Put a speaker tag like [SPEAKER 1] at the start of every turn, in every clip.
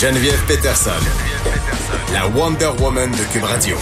[SPEAKER 1] Geneviève Peterson, la Wonder Woman de Cube Radio.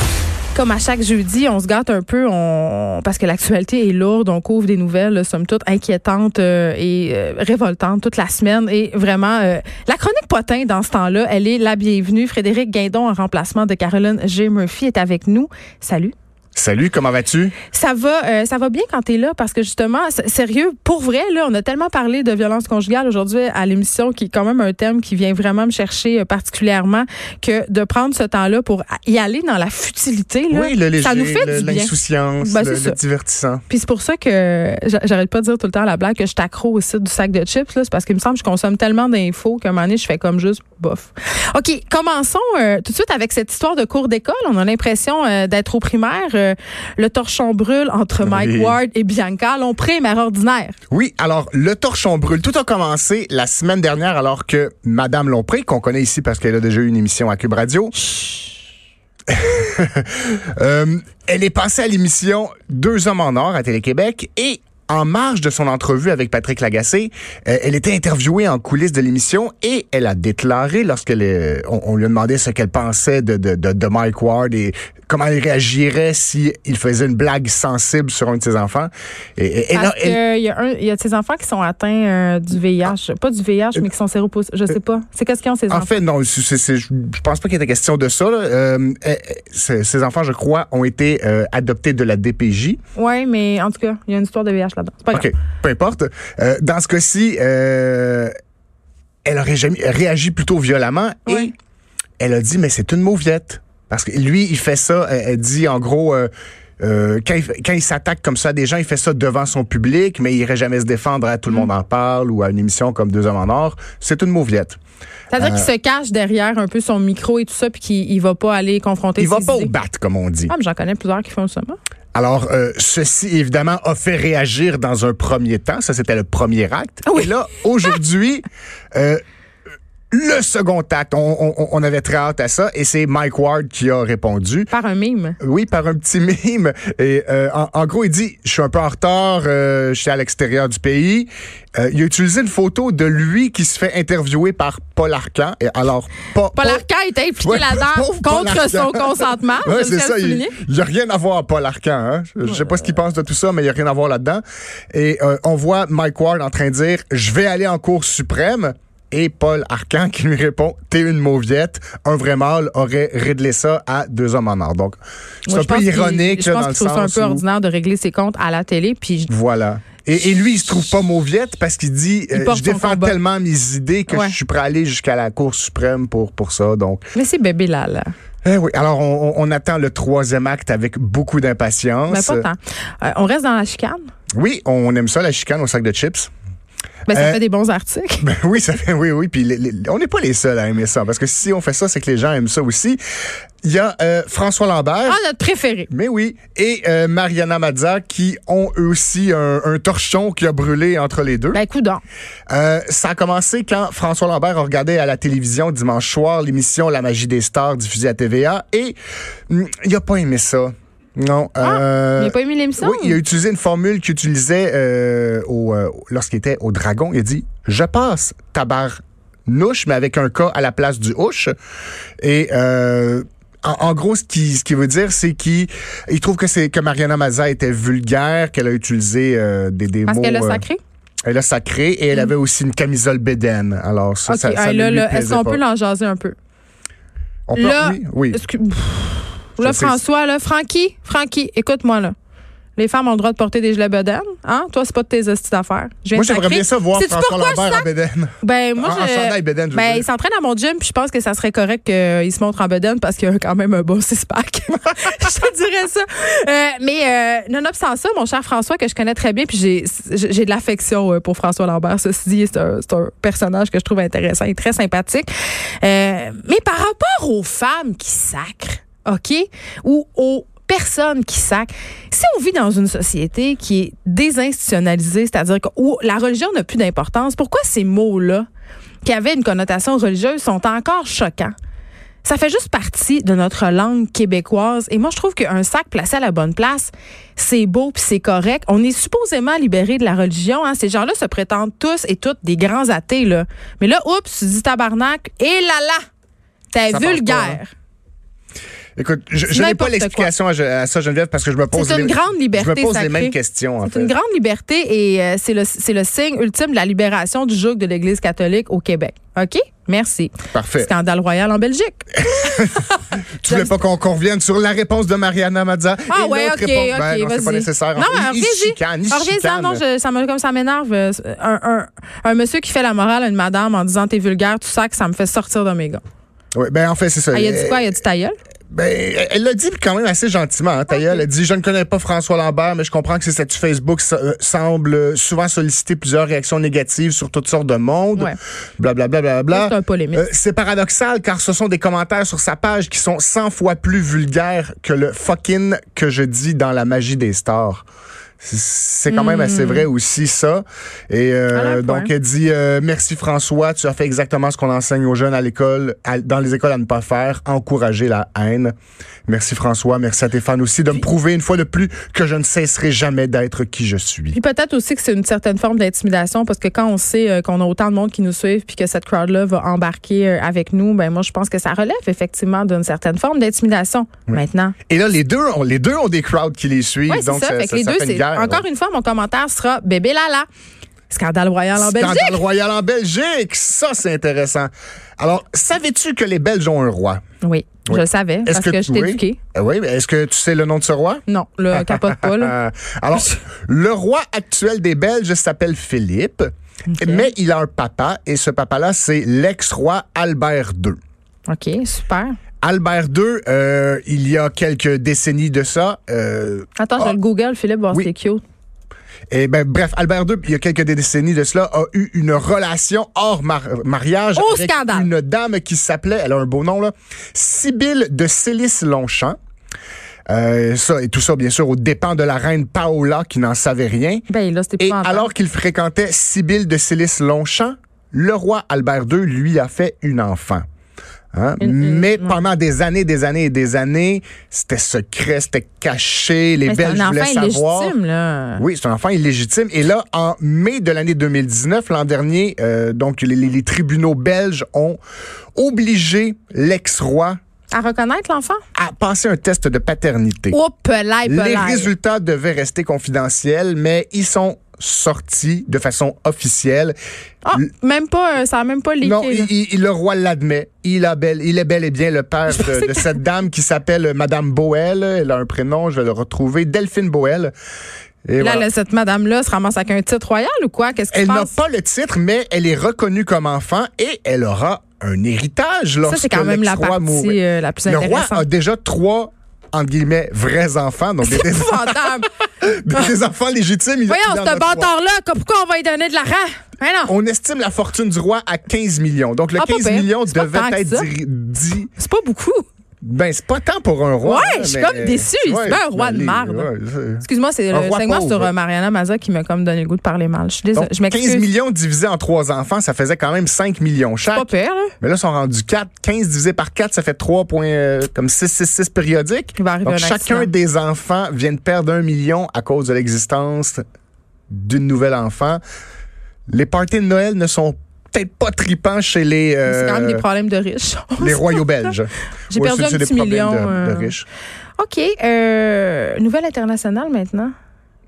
[SPEAKER 2] Comme à chaque jeudi, on se gâte un peu on... parce que l'actualité est lourde. On couvre des nouvelles, là, somme toute, inquiétantes euh, et euh, révoltantes toute la semaine. Et vraiment, euh, la chronique potin dans ce temps-là, elle est la bienvenue. Frédéric Guindon, en remplacement de Caroline G. Murphy, est avec nous. Salut.
[SPEAKER 3] Salut, comment vas-tu?
[SPEAKER 2] Ça va, euh, ça va bien quand t'es là parce que justement, s- sérieux, pour vrai, là, on a tellement parlé de violence conjugale aujourd'hui à l'émission qui est quand même un thème qui vient vraiment me chercher euh, particulièrement que de prendre ce temps-là pour a- y aller dans la futilité, là,
[SPEAKER 3] oui, le léger,
[SPEAKER 2] ça nous fait
[SPEAKER 3] le-
[SPEAKER 2] du bien.
[SPEAKER 3] l'insouciance,
[SPEAKER 2] Ben,
[SPEAKER 3] le,
[SPEAKER 2] c'est ça.
[SPEAKER 3] le divertissant.
[SPEAKER 2] Puis c'est pour ça que j'a- j'arrête pas de dire tout le temps la blague que je t'accro au site du sac de chips. là. C'est parce qu'il me semble que je consomme tellement d'infos qu'à un moment donné, je fais comme juste bof. OK, commençons euh, tout de suite avec cette histoire de cours d'école. On a l'impression euh, d'être au primaire. euh, le torchon brûle entre Mike
[SPEAKER 3] Oui.
[SPEAKER 2] Ward et Bianca. L'on primaire ordinaire.
[SPEAKER 3] Oui, alors le torchon brûle. Tout a commencé la semaine dernière alors que Madame Lompré, qu'on connaît ici parce qu'elle a déjà eu une émission à Cube Radio, euh, elle est passée à l'émission Deux hommes en or à Télé-Québec et en marge de son entrevue avec Patrick Lagacé, euh, elle était interviewée en coulisses de l'émission et elle a déclaré lorsqu'elle est- on, on lui a demandé ce qu'elle pensait de, de, de, de Mike Ward et comment elle réagirait si il faisait une blague sensible sur un de ses enfants. Et, et- et
[SPEAKER 2] Parce
[SPEAKER 3] non, elle-
[SPEAKER 2] qu'il y, a un- y a de ces enfants qui sont atteints euh, du VIH. Pas du VIH, mais qui sont séropositifs. Je sais pas. C'est qu'est-ce qu'ils ont, ces
[SPEAKER 3] En
[SPEAKER 2] enfants?
[SPEAKER 3] fait, non, c'est- c'est- c'est- je je pense pas qu'il était question de ça. là. Euh, euh, ces ces enfants, je crois, ont été euh, adoptés de la DPJ.
[SPEAKER 2] Oui, mais en tout cas, il y a une histoire de VIH là-dedans. C'est pas grave.
[SPEAKER 3] OK, peu importe. Euh, dans ce cas-ci, euh, elle aurait jamais réagi plutôt violemment et
[SPEAKER 2] Ouais.
[SPEAKER 3] elle a dit, mais c'est une mauviette. Parce que lui, il fait ça, elle, elle dit en gros... euh, euh, quand il, quand il s'attaque comme ça à des gens, il fait ça devant son public, mais il irait jamais se défendre à Tout
[SPEAKER 2] Mm.
[SPEAKER 3] le monde en parle ou à une émission comme Deux hommes en or. C'est une mauviette.
[SPEAKER 2] C'est-à-dire
[SPEAKER 3] Euh,
[SPEAKER 2] qu'il se cache derrière un peu son micro et tout ça, puis qu'il il va pas aller confronter
[SPEAKER 3] Il va
[SPEAKER 2] ses
[SPEAKER 3] pas au
[SPEAKER 2] idées.
[SPEAKER 3] battre, comme on dit.
[SPEAKER 2] Ah, mais j'en connais plusieurs qui font ça. moi.
[SPEAKER 3] Alors, euh, ceci, évidemment, a fait réagir dans un premier temps. Ça, c'était le premier acte.
[SPEAKER 2] Ah oui. Ah!
[SPEAKER 3] Et là, aujourd'hui, euh, le second acte, on, on- on avait très hâte à ça, et c'est Mike Ward qui a répondu.
[SPEAKER 2] Par un mime.
[SPEAKER 3] Oui, par un petit mime. Et euh, en, en gros, il dit, je suis un peu en retard, euh, je suis à l'extérieur du pays. Euh, il a utilisé une photo de lui qui se fait interviewer par Paul Arcan. Et alors, pas
[SPEAKER 2] Paul Arcand était impliqué
[SPEAKER 3] Oh. Ouais,
[SPEAKER 2] là-dedans
[SPEAKER 3] pauvre Paul
[SPEAKER 2] contre
[SPEAKER 3] Arcand.
[SPEAKER 2] son consentement.
[SPEAKER 3] Ouais,
[SPEAKER 2] je tiens
[SPEAKER 3] c'est
[SPEAKER 2] à
[SPEAKER 3] ça.
[SPEAKER 2] le
[SPEAKER 3] Il
[SPEAKER 2] souligner.
[SPEAKER 3] n'y a rien à voir, Paul Arcan. Hein? Je, je sais pas ce qu'il pense de tout ça, mais il n'y a rien à voir là-dedans. Et euh, on voit Mike Ward en train de dire Je vais aller en Cour suprême. Et Paul Arcan qui lui répond T'es une mauviette. Un vrai mâle aurait réglé ça à deux hommes en or. Donc, c'est
[SPEAKER 2] Moi,
[SPEAKER 3] un
[SPEAKER 2] je pense
[SPEAKER 3] peu
[SPEAKER 2] qu'il-
[SPEAKER 3] ironique
[SPEAKER 2] Je
[SPEAKER 3] là,
[SPEAKER 2] pense
[SPEAKER 3] dans le
[SPEAKER 2] qu'il trouve ça un
[SPEAKER 3] sens.
[SPEAKER 2] peu
[SPEAKER 3] où-
[SPEAKER 2] ordinaire de régler ses comptes à la télé, puis je-
[SPEAKER 3] voilà. Et, et lui, il se trouve pas mauviette parce qu'il dit
[SPEAKER 2] Il
[SPEAKER 3] euh,
[SPEAKER 2] porte
[SPEAKER 3] Je
[SPEAKER 2] son
[SPEAKER 3] défends
[SPEAKER 2] combat.
[SPEAKER 3] tellement mes idées que
[SPEAKER 2] Ouais.
[SPEAKER 3] je suis prêt à aller jusqu'à la Cour suprême pour, pour ça. Donc,
[SPEAKER 2] Mais c'est bébé là, là.
[SPEAKER 3] eh oui, alors on, on- on attend le troisième acte avec beaucoup
[SPEAKER 2] Mais
[SPEAKER 3] d'impatience.
[SPEAKER 2] pas tant. Euh, on reste dans la chicane.
[SPEAKER 3] oui, on aime ça, la chicane au sac de chips.
[SPEAKER 2] Ben, ça
[SPEAKER 3] Euh,
[SPEAKER 2] fait des bons articles.
[SPEAKER 3] Ben oui, ça fait, oui, oui. Puis les- les- on n'est pas les seuls à aimer ça, parce que si on fait ça, c'est que les gens aiment ça aussi. Il y a euh, François Lambert.
[SPEAKER 2] Ah, notre préféré.
[SPEAKER 3] Mais oui, et euh, Mariana Mazza qui ont eux aussi un, un torchon qui a brûlé entre les deux.
[SPEAKER 2] Ben, coudon.
[SPEAKER 3] Euh, ça a commencé quand François Lambert a regardé à la télévision dimanche soir l'émission La magie des stars diffusée à TVA et hum, il a pas aimé ça. Non. euh,
[SPEAKER 2] Ah, Il n'a pas aimé l'émission.
[SPEAKER 3] Oui, il a utilisé une formule qu'il utilisait euh, au, euh, lorsqu'il était au Dragon. Il a dit Je passe tabarnouche, mais avec un K à la place du houche. Et. euh, en, en gros, ce qui, ce qui veut dire, c'est qu'il il trouve que c'est que Mariana Mazza était vulgaire, qu'elle a utilisé euh, des, des
[SPEAKER 2] Parce
[SPEAKER 3] mots.
[SPEAKER 2] qu'elle a
[SPEAKER 3] euh,
[SPEAKER 2] sacré. Mm.
[SPEAKER 3] elle a sacré et elle avait aussi une camisole bédaine. Alors ça,
[SPEAKER 2] OK,
[SPEAKER 3] ça, ça
[SPEAKER 2] hey,
[SPEAKER 3] ne
[SPEAKER 2] là,
[SPEAKER 3] lui
[SPEAKER 2] là,
[SPEAKER 3] plaisait
[SPEAKER 2] est-ce qu'on
[SPEAKER 3] pas.
[SPEAKER 2] peut l'en jaser un peu?
[SPEAKER 3] On peut-
[SPEAKER 2] Là,
[SPEAKER 3] oui, oui.
[SPEAKER 2] Excuse- Pff, Là,
[SPEAKER 3] sais-
[SPEAKER 2] François, là, Francky, Francky, écoute-moi, là. Les femmes ont le droit de porter des gilets bedaines. Hein? Toi, c'est pas de tes hosties d'affaires. Je viens
[SPEAKER 3] Moi,
[SPEAKER 2] de
[SPEAKER 3] j'aimerais
[SPEAKER 2] sacrer.
[SPEAKER 3] bien ça voir
[SPEAKER 2] Sais-tu
[SPEAKER 3] François
[SPEAKER 2] pourquoi je
[SPEAKER 3] Lambert en
[SPEAKER 2] sac?
[SPEAKER 3] bédaine. Ah,
[SPEAKER 2] Ben, moi,
[SPEAKER 3] En- en
[SPEAKER 2] je-
[SPEAKER 3] chandail bedaine, je veux
[SPEAKER 2] ben,
[SPEAKER 3] dire.
[SPEAKER 2] il s'entraîne à mon gym, puis je pense que ça serait correct qu'il se montre en bedaine parce qu'il a quand même un bon six-pack. je te dirais ça. Euh, mais euh, nonobstant ça, mon cher François, que je connais très bien, puis j'ai- j'ai j'ai de l'affection euh, pour François Lambert. Ceci dit, c'est un, c'est un personnage que je trouve intéressant et très sympathique. Euh, mais par rapport aux femmes qui sacrent, OK, ou aux personnes qui sacrent, si on vit dans une société qui est désinstitutionnalisée, c'est-à-dire que- où la religion n'a plus d'importance, pourquoi ces mots-là qui avaient une connotation religieuse sont encore choquants. Ça fait juste partie de notre langue québécoise. Et moi, je trouve qu'un sac placé à la bonne place, c'est beau puis c'est correct. On est supposément libéré de la religion. Hein. Ces gens-là se prétendent tous et toutes des grands athées. Là. Mais là, oups, tu dis tabarnak. Et là là, t'es
[SPEAKER 3] Ça passe pas, hein.
[SPEAKER 2] vulgaire.
[SPEAKER 3] Écoute, je, je n'ai pas
[SPEAKER 2] N'importe
[SPEAKER 3] l'explication à, je- à ça, Geneviève, parce que je me pose,
[SPEAKER 2] C'est
[SPEAKER 3] les,
[SPEAKER 2] une grande liberté.
[SPEAKER 3] je me pose les
[SPEAKER 2] sacrée.
[SPEAKER 3] mêmes questions. En
[SPEAKER 2] C'est
[SPEAKER 3] fait.
[SPEAKER 2] une grande liberté et euh, c'est le, c'est le signe ultime de la libération du joug de l'Église catholique au Québec. OK? Merci.
[SPEAKER 3] Parfait.
[SPEAKER 2] Scandale royal en Belgique.
[SPEAKER 3] Tu voulais pas qu'on qu'on revienne sur la réponse de Mariana Mazza.
[SPEAKER 2] Ah
[SPEAKER 3] et
[SPEAKER 2] ouais,
[SPEAKER 3] l'autre
[SPEAKER 2] ok, ok,
[SPEAKER 3] réponse. Ben non,
[SPEAKER 2] vas-y.
[SPEAKER 3] c'est pas nécessaire.
[SPEAKER 2] Non, mais
[SPEAKER 3] il, il se chicane, il se
[SPEAKER 2] reviens-y,
[SPEAKER 3] chicane.
[SPEAKER 2] non, je- ça me comme ça m'énerve. euh, Un, un, un monsieur qui fait la morale à une madame en disant t'es vulgaire, tu sais que ça me fait sortir de mes gars.
[SPEAKER 3] Ouais, ben en fait, c'est ça.
[SPEAKER 2] Ah, il a dit quoi? Il a dit ta gueule?
[SPEAKER 3] Ben, elle l'a dit quand même assez gentiment, hein, ta gueule. Elle dit Je ne connais pas François Lambert, mais je comprends que ses statuts Facebook so- euh, semblent euh, souvent solliciter plusieurs réactions négatives sur toutes sortes de monde.
[SPEAKER 2] Ouais.
[SPEAKER 3] Blablabla. Euh,
[SPEAKER 2] C'est un polémique.
[SPEAKER 3] c'est paradoxal car ce sont des commentaires sur sa page qui sont 100 fois plus vulgaires que le fucking que je dis dans la magie des stars. C'est- C'est quand même assez vrai aussi, ça. Et
[SPEAKER 2] Elle Hmm. a
[SPEAKER 3] euh,
[SPEAKER 2] un point.
[SPEAKER 3] donc, elle dit euh, Merci François, tu as fait exactement ce qu'on enseigne aux jeunes à l'école, à- dans les écoles à ne pas faire, encourager la haine. Merci François, merci à tes fans aussi de me prouver une fois de plus que je ne cesserai jamais d'être qui je suis.
[SPEAKER 2] Puis peut-être aussi que c'est une certaine forme d'intimidation parce que quand on sait euh, qu'on a autant de monde qui nous suivent puis que cette crowd-là va embarquer euh, avec nous, ben moi je pense que ça relève effectivement d'une certaine forme d'intimidation maintenant.
[SPEAKER 3] Et là, les deux, ont, les deux ont des crowds qui les suivent.
[SPEAKER 2] Oui, c'est
[SPEAKER 3] donc,
[SPEAKER 2] ça. Fait que les deux,
[SPEAKER 3] fait une
[SPEAKER 2] c'est
[SPEAKER 3] guerre,
[SPEAKER 2] encore
[SPEAKER 3] ouais.
[SPEAKER 2] une fois mon commentaire sera bébé lala. Scandale royal en Belgique.
[SPEAKER 3] Scandale royal en Belgique. Ça, c'est intéressant. Alors, savais-tu que les Belges ont un roi?
[SPEAKER 2] Oui,
[SPEAKER 3] Oui.
[SPEAKER 2] je le savais parce que, je t'ai
[SPEAKER 3] oui?
[SPEAKER 2] éduquée.
[SPEAKER 3] Euh, Oui, mais est-ce que tu sais le nom de ce roi?
[SPEAKER 2] Non, le capote pas là.
[SPEAKER 3] Euh, alors, le roi actuel des Belges s'appelle Philippe, mais il a un papa, et ce papa-là, c'est l'ex-roi Albert II.
[SPEAKER 2] OK, super.
[SPEAKER 3] Albert II, euh, il y a quelques décennies de ça, euh,
[SPEAKER 2] Attends, je
[SPEAKER 3] Ah.
[SPEAKER 2] le Google, Philippe, voir
[SPEAKER 3] Oui.
[SPEAKER 2] si c'est cute.
[SPEAKER 3] et ben, bref, Albert II, il y a quelques décennies de cela, a eu une relation hors mar- mariage
[SPEAKER 2] Au
[SPEAKER 3] avec
[SPEAKER 2] scandale.
[SPEAKER 3] une dame qui s'appelait, elle a un beau nom là, Sibylle de Célis-Longchamp. Euh, ça, et tout ça, bien sûr, aux dépens de la reine Paola qui n'en savait rien.
[SPEAKER 2] Ben là, c'était
[SPEAKER 3] Et
[SPEAKER 2] pas
[SPEAKER 3] alors qu'il fréquentait Sibylle de Célis Longchamp, le roi Albert II lui a fait une enfant. Hein? Mais pendant des années, des années et des années, c'était secret, c'était caché, les
[SPEAKER 2] Mais Ben, c'est
[SPEAKER 3] Belges
[SPEAKER 2] un
[SPEAKER 3] voulaient
[SPEAKER 2] enfant
[SPEAKER 3] savoir.
[SPEAKER 2] illégitime, là.
[SPEAKER 3] Oui, c'est un enfant illégitime. Et là, en mai de l'année 2019, l'an dernier, euh, donc les, les- les tribunaux belges ont obligé l'ex-roi
[SPEAKER 2] À reconnaître l'enfant?
[SPEAKER 3] à passer un test de paternité.
[SPEAKER 2] Oh, pelay,
[SPEAKER 3] Les
[SPEAKER 2] pelay.
[SPEAKER 3] résultats devaient rester confidentiels, mais ils sont sortis de façon officielle.
[SPEAKER 2] Ah,
[SPEAKER 3] L-
[SPEAKER 2] même pas, euh, ça a même pas leaké.
[SPEAKER 3] non,
[SPEAKER 2] là.
[SPEAKER 3] il- il- le roi l'admet. Il, a bel- il est bel et bien le père de, de cette dame qui s'appelle Madame Boel. Elle a un prénom, je vais le retrouver, Delphine Boel.
[SPEAKER 2] Là,
[SPEAKER 3] Et voilà.
[SPEAKER 2] là, cette madame-là se ramasse avec un titre royal ou quoi? Qu'est-ce qui se
[SPEAKER 3] Elle n'a
[SPEAKER 2] passe?
[SPEAKER 3] pas le titre, mais elle est reconnue comme enfant et elle aura un héritage
[SPEAKER 2] Ça,
[SPEAKER 3] lorsque
[SPEAKER 2] c'est quand même la
[SPEAKER 3] l'ex-roi
[SPEAKER 2] partie
[SPEAKER 3] mourra.
[SPEAKER 2] euh, la plus
[SPEAKER 3] Le roi
[SPEAKER 2] intéressante.
[SPEAKER 3] a déjà trois, entre guillemets, vrais enfants, donc des, des-
[SPEAKER 2] Épouvantable.
[SPEAKER 3] des enfants légitimes. il-
[SPEAKER 2] Voyons,
[SPEAKER 3] il en a
[SPEAKER 2] ce
[SPEAKER 3] trois.
[SPEAKER 2] bâtard-là, que- pourquoi on va lui donner de l'argent? Mais non,
[SPEAKER 3] On estime la fortune du roi à 15 millions. Donc, le
[SPEAKER 2] Ah, pas
[SPEAKER 3] 15
[SPEAKER 2] pire.
[SPEAKER 3] millions
[SPEAKER 2] C'est pas
[SPEAKER 3] devait
[SPEAKER 2] tant que
[SPEAKER 3] être
[SPEAKER 2] ça.
[SPEAKER 3] diri- dit.
[SPEAKER 2] c'est pas beaucoup.
[SPEAKER 3] Ben, c'est pas tant pour un roi.
[SPEAKER 2] Ouais,
[SPEAKER 3] hein,
[SPEAKER 2] je suis
[SPEAKER 3] mais-
[SPEAKER 2] comme déçue. C'est pas un roi de
[SPEAKER 3] les-
[SPEAKER 2] marde.
[SPEAKER 3] ouais, c'est-
[SPEAKER 2] Excuse-moi, c'est
[SPEAKER 3] Un
[SPEAKER 2] le
[SPEAKER 3] roi
[SPEAKER 2] segment
[SPEAKER 3] pauvre.
[SPEAKER 2] sur euh, Mariana Maza qui m'a comme donné le goût de parler mal. Je suis désolée.
[SPEAKER 3] Donc,
[SPEAKER 2] Je m'excuse.
[SPEAKER 3] 15 millions divisé en trois enfants, ça faisait quand même 5 millions
[SPEAKER 2] Pas
[SPEAKER 3] chaque.
[SPEAKER 2] pire, là.
[SPEAKER 3] Mais là, ils sont rendus 4. 15 divisé par 4, ça fait 3 points, euh, comme 666 périodiques.
[SPEAKER 2] Il va arriver
[SPEAKER 3] Donc,
[SPEAKER 2] un
[SPEAKER 3] chacun
[SPEAKER 2] accident.
[SPEAKER 3] des enfants vient de perdre un million à cause de l'existence d'une nouvelle enfant. Les parties de Noël ne sont peut-être pas tripants chez les...
[SPEAKER 2] C'est quand même
[SPEAKER 3] euh,
[SPEAKER 2] des problèmes de riches.
[SPEAKER 3] Les royaux belges.
[SPEAKER 2] J'ai
[SPEAKER 3] Ouais,
[SPEAKER 2] perdu
[SPEAKER 3] c'est-
[SPEAKER 2] un
[SPEAKER 3] c'est
[SPEAKER 2] petit
[SPEAKER 3] des problèmes
[SPEAKER 2] million,
[SPEAKER 3] de- De,
[SPEAKER 2] euh,
[SPEAKER 3] riches.
[SPEAKER 2] OK. Euh, nouvelle internationale maintenant.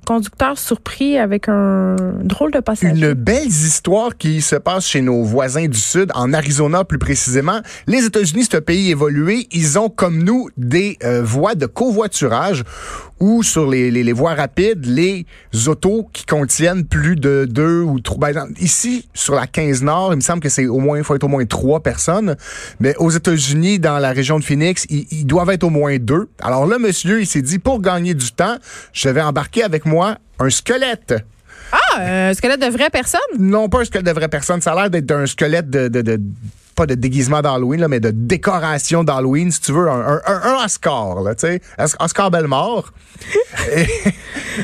[SPEAKER 2] Conducteur surpris avec un drôle de passage.
[SPEAKER 3] Une belle histoire qui se passe chez nos voisins du Sud, en Arizona plus précisément. Les États-Unis, c'est un pays évolué. Ils ont, comme nous, des euh, voies de covoiturage ou sur les, les, les voies rapides, les autos qui contiennent plus de deux ou trois. ben, dans- ici, sur la 15 Nord, il me semble que c'est au moins, il faut être au moins trois personnes. Mais aux États-Unis, dans la région de Phoenix, ils, ils doivent être au moins deux. Alors là, monsieur, il s'est dit, pour gagner du temps, je vais embarquer avec moi un squelette.
[SPEAKER 2] Ah, euh, un squelette de vraie personne?
[SPEAKER 3] Non, pas un squelette de vraie personne. Ça a l'air d'être un squelette de, de- de- pas de déguisement d'Halloween, là, mais de décoration d'Halloween, si tu veux. Un, un, un- un Oscar, là, tu sais. Os- Oscar Bellemare. Et-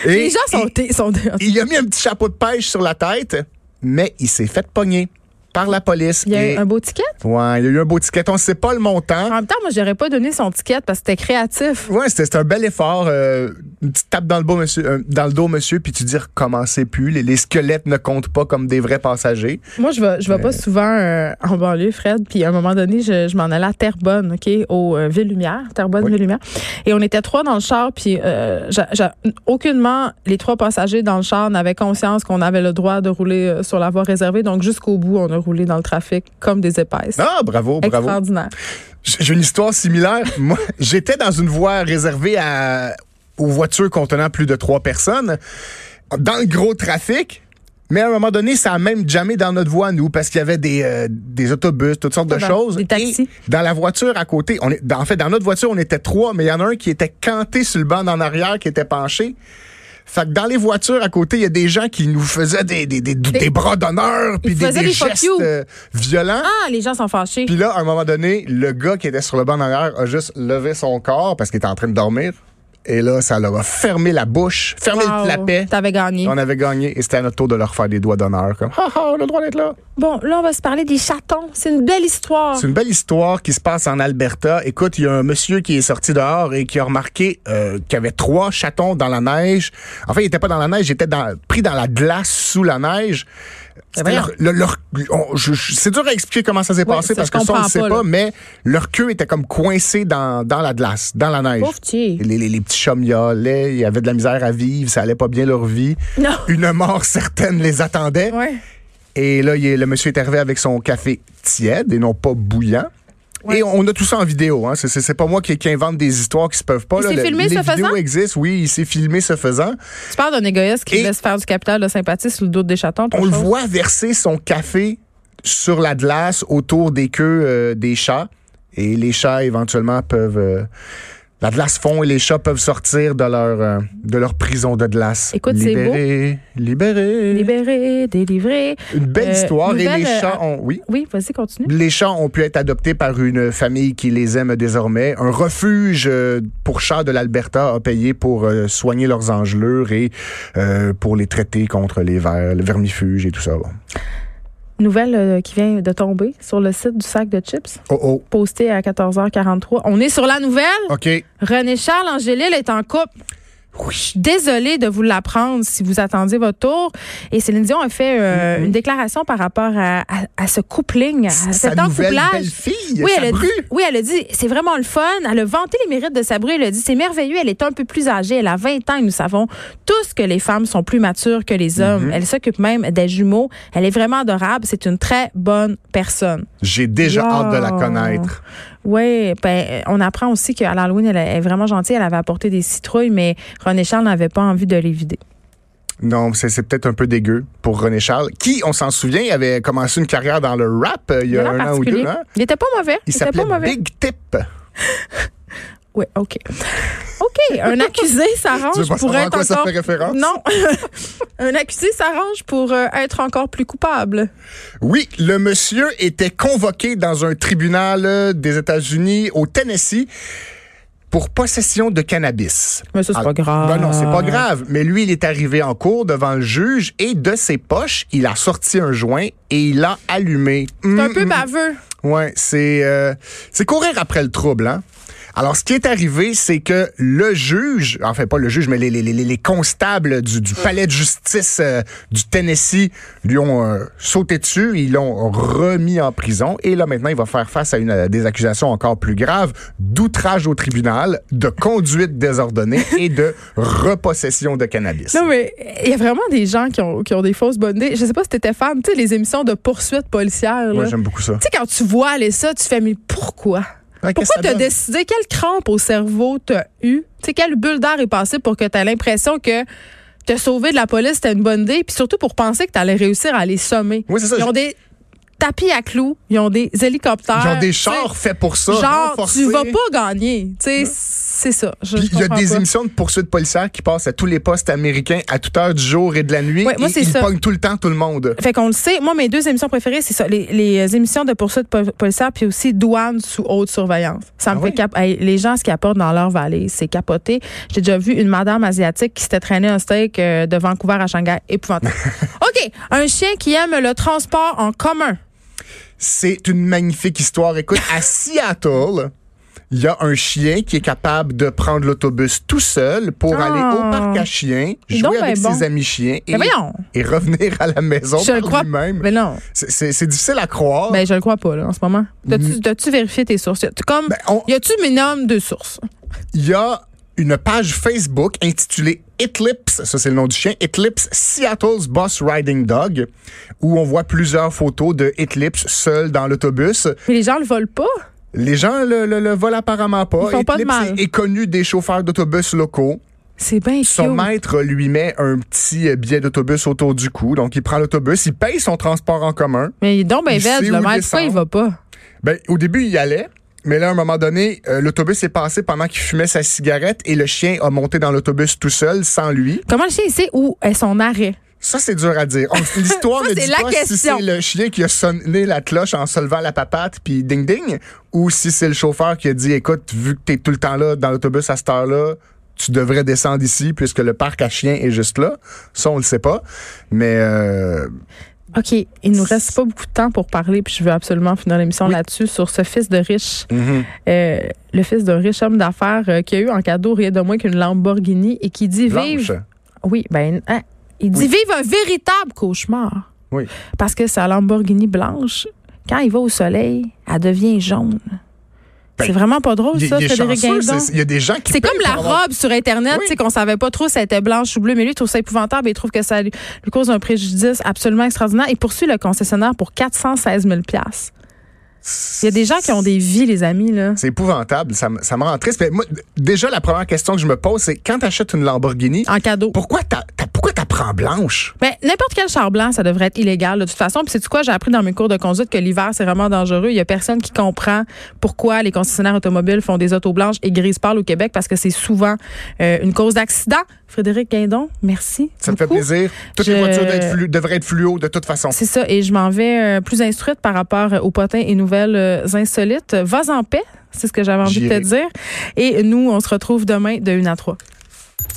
[SPEAKER 3] et
[SPEAKER 2] Les gens sont. sont-
[SPEAKER 3] Il, il a mis un petit chapeau de pêche sur la tête, mais il s'est fait pogner par la police.
[SPEAKER 2] Il y a
[SPEAKER 3] Et- Hein?
[SPEAKER 2] un beau Ah. ticket?
[SPEAKER 3] Ouais, il y a eu un beau ticket. On sait pas le montant.
[SPEAKER 2] En même temps, moi, j'aurais pas donné son ticket parce que c'était créatif.
[SPEAKER 3] Ouais, c'était c'était un bel effort. euh, une petite tape dans le, dos, monsieur, euh, dans le dos, monsieur, puis tu dis recommencez plus. Les, les squelettes ne comptent pas comme des vrais passagers.
[SPEAKER 2] Moi, je vais, je vais pas souvent euh, en banlieue, Fred. Puis à un moment donné, je, je m'en allais à Terrebonne, OK, au euh, Ville-Lumière, Terrebonne,
[SPEAKER 3] Oui.
[SPEAKER 2] Ville-Lumière. Et on était trois dans le char, puis euh, j'a- j'a- aucunement, les trois passagers dans le char n'avaient conscience qu'on avait le droit de rouler euh, sur la voie réservée. Donc jusqu'au bout, on a roulé dans le trafic comme des épaisses.
[SPEAKER 3] Ah, bravo, bravo.
[SPEAKER 2] Extraordinaire.
[SPEAKER 3] J- J'ai une histoire similaire. Moi, j'étais dans une voie réservée à- aux voitures contenant plus de trois personnes, dans le gros trafic. Mais à un moment donné, ça a même jamais dans notre voie, nous, parce qu'il y avait des, euh, des autobus, toutes sortes de
[SPEAKER 2] Des
[SPEAKER 3] choses.
[SPEAKER 2] taxis.
[SPEAKER 3] Et dans la voiture à côté, on est, dans- en fait, dans notre voiture, on était trois, mais il y en a un qui était canté sur le banc en arrière, qui était penché. Fait que dans les voitures à côté, il y a des gens qui nous faisaient des, des, des, des bras d'honneur, puis des,
[SPEAKER 2] faisaient
[SPEAKER 3] des
[SPEAKER 2] des fuck
[SPEAKER 3] gestes
[SPEAKER 2] you.
[SPEAKER 3] euh, violents.
[SPEAKER 2] Ah, les gens sont fâchés.
[SPEAKER 3] Puis là, à un moment donné, le gars qui était sur le banc d'arrière a juste levé son corps parce qu'il était en train de dormir. Et là, ça leur a fermé la bouche, fermé
[SPEAKER 2] Wow,
[SPEAKER 3] le clapet.
[SPEAKER 2] T'avais gagné.
[SPEAKER 3] On avait gagné et c'était à notre tour de leur faire des doigts d'honneur. Comme, ah, ah, on a le droit d'être là.
[SPEAKER 2] Bon, là, on va se parler des chatons. C'est une belle histoire.
[SPEAKER 3] C'est une belle histoire qui se passe en Alberta. Écoute, il y a un monsieur qui est sorti dehors et qui a remarqué euh, qu'il y avait trois chatons dans la neige. En fait, il était pas dans la neige, il était dans- pris dans la glace sous la neige. C'était
[SPEAKER 2] Eh voyons.
[SPEAKER 3] leur- le- leur- on- je- je- c'est dur à expliquer comment ça s'est passé
[SPEAKER 2] ça,
[SPEAKER 3] parce
[SPEAKER 2] je
[SPEAKER 3] que ça, on
[SPEAKER 2] comprends
[SPEAKER 3] le sait
[SPEAKER 2] pas,
[SPEAKER 3] pas,
[SPEAKER 2] là.
[SPEAKER 3] mais leur queue était comme coincée dans, dans la glace, dans la neige.
[SPEAKER 2] Pauvre petit.
[SPEAKER 3] Les, les- les petits chums miaulaient, ils avaient de la misère à vivre, ça allait pas bien leur vie.
[SPEAKER 2] Non.
[SPEAKER 3] Une mort certaine les attendait.
[SPEAKER 2] Ouais.
[SPEAKER 3] Et là, il est- le monsieur est arrivé avec son café tiède et non pas bouillant.
[SPEAKER 2] Ouais.
[SPEAKER 3] Et on a tout ça en vidéo. Hein. C'est- C'est c'est pas moi qui, qui invente des histoires qui se peuvent pas.
[SPEAKER 2] Il
[SPEAKER 3] là.
[SPEAKER 2] s'est
[SPEAKER 3] Le-
[SPEAKER 2] filmé
[SPEAKER 3] les
[SPEAKER 2] ce
[SPEAKER 3] vidéos
[SPEAKER 2] faisant?
[SPEAKER 3] existent, oui. Il s'est filmé ce faisant.
[SPEAKER 2] Tu parles d'un égoïste qui
[SPEAKER 3] Et-
[SPEAKER 2] laisse faire du capital de sympathie sur le dos des chatons. toi,
[SPEAKER 3] On le
[SPEAKER 2] chose.
[SPEAKER 3] voit verser son café sur la glace autour des queues euh, des chats. Et les chats, éventuellement, peuvent... euh, la glace fond et les chats peuvent sortir de leur, euh, de leur prison de glace.
[SPEAKER 2] Écoute, c'est beau.
[SPEAKER 3] libérés, libérés.
[SPEAKER 2] Libéré, délivré.
[SPEAKER 3] Une belle
[SPEAKER 2] Euh,
[SPEAKER 3] histoire. Et les
[SPEAKER 2] nouvelle, euh,
[SPEAKER 3] chats ont... Oui?
[SPEAKER 2] Oui, vas-y, continue.
[SPEAKER 3] Les chats ont pu être adoptés par une famille qui les aime désormais. Un refuge euh, pour chats de l'Alberta a payé pour euh, soigner leurs engelures et euh, pour les traiter contre les vers, le vermifuge et tout ça. Bon.
[SPEAKER 2] Nouvelle euh, qui vient de tomber sur le site du sac de chips,
[SPEAKER 3] Oh oh.
[SPEAKER 2] posté à 14h43. On est sur la nouvelle.
[SPEAKER 3] OK.
[SPEAKER 2] René Charles Angélil est en couple. Je suis désolée de vous l'apprendre si vous attendiez votre tour. Et Céline Dion a fait euh, une déclaration par rapport à, à- à ce coupling, à
[SPEAKER 3] Sa
[SPEAKER 2] cet
[SPEAKER 3] nouvelle
[SPEAKER 2] encouplage.
[SPEAKER 3] belle-fille,
[SPEAKER 2] Oui, elle a
[SPEAKER 3] Sabru.
[SPEAKER 2] dit, oui, elle a dit, c'est vraiment le fun. Elle a vanté les mérites de Sabru. Elle a dit, c'est merveilleux. Elle est un peu plus âgée. Elle a 20 ans et nous savons tous que les femmes sont plus matures que les
[SPEAKER 3] Mhm.
[SPEAKER 2] hommes. Elle s'occupe même des jumeaux. Elle est vraiment adorable. C'est une très bonne personne.
[SPEAKER 3] J'ai déjà
[SPEAKER 2] Wow.
[SPEAKER 3] hâte de la connaître.
[SPEAKER 2] Oui, ben, on apprend aussi qu'à l'Halloween, elle est vraiment gentille. Elle avait apporté des citrouilles, mais René Charles n'avait pas envie de les vider.
[SPEAKER 3] Non, c'est c'est peut-être un peu dégueu pour René Charles, qui, on s'en souvient, avait commencé une carrière dans le rap euh, il y a
[SPEAKER 2] Vraiment
[SPEAKER 3] un an ou
[SPEAKER 2] particulier.
[SPEAKER 3] deux. hein.
[SPEAKER 2] Il était pas mauvais.
[SPEAKER 3] Il
[SPEAKER 2] était
[SPEAKER 3] s'appelait
[SPEAKER 2] pas mauvais.
[SPEAKER 3] Big Tip.
[SPEAKER 2] Oui, OK. OK, un accusé s'arrange
[SPEAKER 3] Tu veux pas
[SPEAKER 2] pour
[SPEAKER 3] savoir à
[SPEAKER 2] être
[SPEAKER 3] quoi ça
[SPEAKER 2] encore...
[SPEAKER 3] fait référence?
[SPEAKER 2] Non. un accusé s'arrange pour euh, être encore plus coupable.
[SPEAKER 3] Oui, le monsieur était convoqué dans un tribunal euh, des États-Unis au Tennessee pour possession de cannabis.
[SPEAKER 2] Mais ça, c'est
[SPEAKER 3] Ah,
[SPEAKER 2] pas grave.
[SPEAKER 3] Ben non, c'est pas grave. Mais lui, il est arrivé en cours devant le juge et de ses poches, il a sorti un joint et il l'a allumé.
[SPEAKER 2] C'est
[SPEAKER 3] Hum,
[SPEAKER 2] un peu
[SPEAKER 3] hum.
[SPEAKER 2] baveux.
[SPEAKER 3] Ouais, c'est euh, c'est courir après le trouble, hein. Alors, ce qui est arrivé, c'est que le juge, enfin pas le juge, mais les, les, les, les constables du, du palais de justice euh, du Tennessee lui ont euh, sauté dessus, ils l'ont remis en prison et là maintenant, il va faire face à une, euh, des accusations encore plus graves d'outrage au tribunal, de conduite désordonnée et de repossession de cannabis.
[SPEAKER 2] Non, mais il y a vraiment des gens qui ont, qui ont des fausses bonnes idées. Je sais pas si t'étais fan, tu sais, les émissions de poursuites policières.
[SPEAKER 3] Moi,
[SPEAKER 2] là.
[SPEAKER 3] j'aime beaucoup ça.
[SPEAKER 2] Tu sais, quand tu vois aller ça, tu fais, mais pourquoi?
[SPEAKER 3] Ouais, qu'est-ce
[SPEAKER 2] Pourquoi
[SPEAKER 3] que ça
[SPEAKER 2] t'as
[SPEAKER 3] donne?
[SPEAKER 2] décidé? Quelle crampe au cerveau t'as eu? Tu sais, quelle bulle d'air est passée pour que t'as l'impression que te sauver de la police, c'était une bonne idée, puis surtout pour penser que t'allais réussir à les sommer.
[SPEAKER 3] Oui, c'est ça.
[SPEAKER 2] Ils ont des tapis à clous, ils ont des hélicoptères.
[SPEAKER 3] Ils ont des
[SPEAKER 2] tu sais.
[SPEAKER 3] chars faits pour ça.
[SPEAKER 2] Genre,
[SPEAKER 3] renforcés.
[SPEAKER 2] tu vas pas gagner. Tu sais, c'est ça. Je, je
[SPEAKER 3] Puis il y a
[SPEAKER 2] comprends
[SPEAKER 3] des
[SPEAKER 2] pas.
[SPEAKER 3] émissions de poursuites policières qui passent à tous les postes américains à toute heure du jour et de la nuit.
[SPEAKER 2] Ouais, moi,
[SPEAKER 3] et
[SPEAKER 2] c'est
[SPEAKER 3] ils
[SPEAKER 2] ça.
[SPEAKER 3] pognent tout le temps tout le monde.
[SPEAKER 2] Fait qu'on le sait. Moi, mes deux émissions préférées, c'est ça. Les, les émissions de poursuite pol- policière, puis aussi douane sous haute surveillance. Ça me
[SPEAKER 3] Ah
[SPEAKER 2] fait
[SPEAKER 3] oui?
[SPEAKER 2] cap- hey, Les gens, ce qu'ils apportent dans leur vallée, c'est capoté. J'ai déjà vu une madame asiatique qui s'était traînée un steak euh, de Vancouver à Shanghai. Épouvantable. OK. Un chien qui aime le transport en commun.
[SPEAKER 3] C'est une magnifique histoire. Écoute, à Seattle, il y a un chien qui est capable de prendre l'autobus tout seul pour
[SPEAKER 2] Ah.
[SPEAKER 3] aller au parc à chiens,
[SPEAKER 2] Dis
[SPEAKER 3] jouer
[SPEAKER 2] donc, ben
[SPEAKER 3] avec
[SPEAKER 2] bon.
[SPEAKER 3] ses amis chiens et,
[SPEAKER 2] Mais voyons.
[SPEAKER 3] et revenir à la maison
[SPEAKER 2] je le
[SPEAKER 3] par
[SPEAKER 2] crois.
[SPEAKER 3] lui-même.
[SPEAKER 2] Mais non.
[SPEAKER 3] C'est- C'est c'est difficile à croire.
[SPEAKER 2] Ben, je le crois pas, là, en ce moment. T'as-tu t'as-tu vérifié tes sources? Y a-tu Comme,
[SPEAKER 3] Mm. Ben, on-
[SPEAKER 2] y a-tu minimum de sources?
[SPEAKER 3] Il y a une page Facebook intitulée Eclipse, ça c'est le nom du chien, Eclipse Seattle's Boss Riding Dog, où on voit plusieurs photos de Eclipse seul dans l'autobus.
[SPEAKER 2] Mais les gens le volent pas.
[SPEAKER 3] Les gens le, le, le volent apparemment pas.
[SPEAKER 2] Ils font pas de
[SPEAKER 3] Eclipse
[SPEAKER 2] mal.
[SPEAKER 3] est- est connu des chauffeurs d'autobus locaux.
[SPEAKER 2] C'est bien
[SPEAKER 3] Son
[SPEAKER 2] cute.
[SPEAKER 3] maître lui met un petit euh, billet d'autobus autour du cou, donc il prend l'autobus, il paye son transport en commun.
[SPEAKER 2] Mais il est donc ben
[SPEAKER 3] Il
[SPEAKER 2] vête, le
[SPEAKER 3] sait où
[SPEAKER 2] maître. Pourquoi il
[SPEAKER 3] descendre.
[SPEAKER 2] va pas?
[SPEAKER 3] Ben, au début, il y allait. Mais là, à un moment donné, euh, l'autobus est passé pendant qu'il fumait sa cigarette et le chien a monté dans l'autobus tout seul, sans lui.
[SPEAKER 2] Comment le chien sait où est son arrêt?
[SPEAKER 3] Ça, c'est dur à dire. On- L'histoire
[SPEAKER 2] Ça,
[SPEAKER 3] ne
[SPEAKER 2] c'est
[SPEAKER 3] dit
[SPEAKER 2] la
[SPEAKER 3] pas si
[SPEAKER 2] question.
[SPEAKER 3] c'est le chien qui a sonné la cloche en se levant la papate puis ding ding, ou si c'est le chauffeur qui a dit écoute, vu que t'es tout le temps là dans l'autobus à cette heure-là, tu devrais descendre ici puisque le parc à chiens est juste là. Ça, on le sait pas. Mais euh,
[SPEAKER 2] OK, il nous reste pas beaucoup de temps pour parler, puis je veux absolument finir l'émission là-dessus, sur ce fils de riche.
[SPEAKER 3] Mhm.
[SPEAKER 2] Euh, le fils d'un riche homme d'affaires euh, qui a eu en cadeau rien de moins qu'une Lamborghini et qui dit
[SPEAKER 3] Blanche.
[SPEAKER 2] vive. Oui, ben, hein, il dit vive un véritable cauchemar.
[SPEAKER 3] Oui.
[SPEAKER 2] Parce que sa Lamborghini blanche, quand il va au soleil, elle devient jaune.
[SPEAKER 3] Ben,
[SPEAKER 2] c'est vraiment pas drôle,
[SPEAKER 3] Il
[SPEAKER 2] ça,
[SPEAKER 3] il est
[SPEAKER 2] Frédéric
[SPEAKER 3] chanceux,
[SPEAKER 2] Guindon.
[SPEAKER 3] c'est- il y a des gens qui
[SPEAKER 2] C'est
[SPEAKER 3] payent
[SPEAKER 2] comme la
[SPEAKER 3] pour avoir-
[SPEAKER 2] robe sur Internet,
[SPEAKER 3] Oui.
[SPEAKER 2] tu sais, qu'on savait pas trop si elle était blanche ou bleue, mais lui, il trouve ça épouvantable et il trouve que ça lui lui cause un préjudice absolument extraordinaire. Il poursuit le concessionnaire pour 416 000 Il y a des gens qui ont des vies, les amis, là.
[SPEAKER 3] C'est épouvantable, ça, me- ça me rend triste. Mais moi, d- déjà, la première question que je me pose, c'est quand t'achètes une Lamborghini,
[SPEAKER 2] En cadeau.
[SPEAKER 3] pourquoi t'as- t'as- pourquoi t'apprends blanche?
[SPEAKER 2] Mais n'importe quel char blanc, ça devrait être illégal de toute façon. Puis c'est quoi, j'ai appris dans mes cours de conduite que l'hiver c'est vraiment dangereux. Il y a personne qui comprend pourquoi les concessionnaires automobiles font des autos blanches et grises pâles au Québec parce que c'est souvent euh, une cause d'accident. Frédéric Guindon, merci.
[SPEAKER 3] Ça me fait
[SPEAKER 2] beaucoup.
[SPEAKER 3] plaisir. Toutes
[SPEAKER 2] Je-
[SPEAKER 3] les voitures doivent être flu- devraient être fluo de toute façon.
[SPEAKER 2] C'est ça, et je m'en vais euh, plus instruite par rapport euh, aux potins et nouvelles euh, insolites. Vas en paix, c'est ce que j'avais envie de te
[SPEAKER 3] J'irai.
[SPEAKER 2] dire. Et nous, on se retrouve demain de 1 à 3.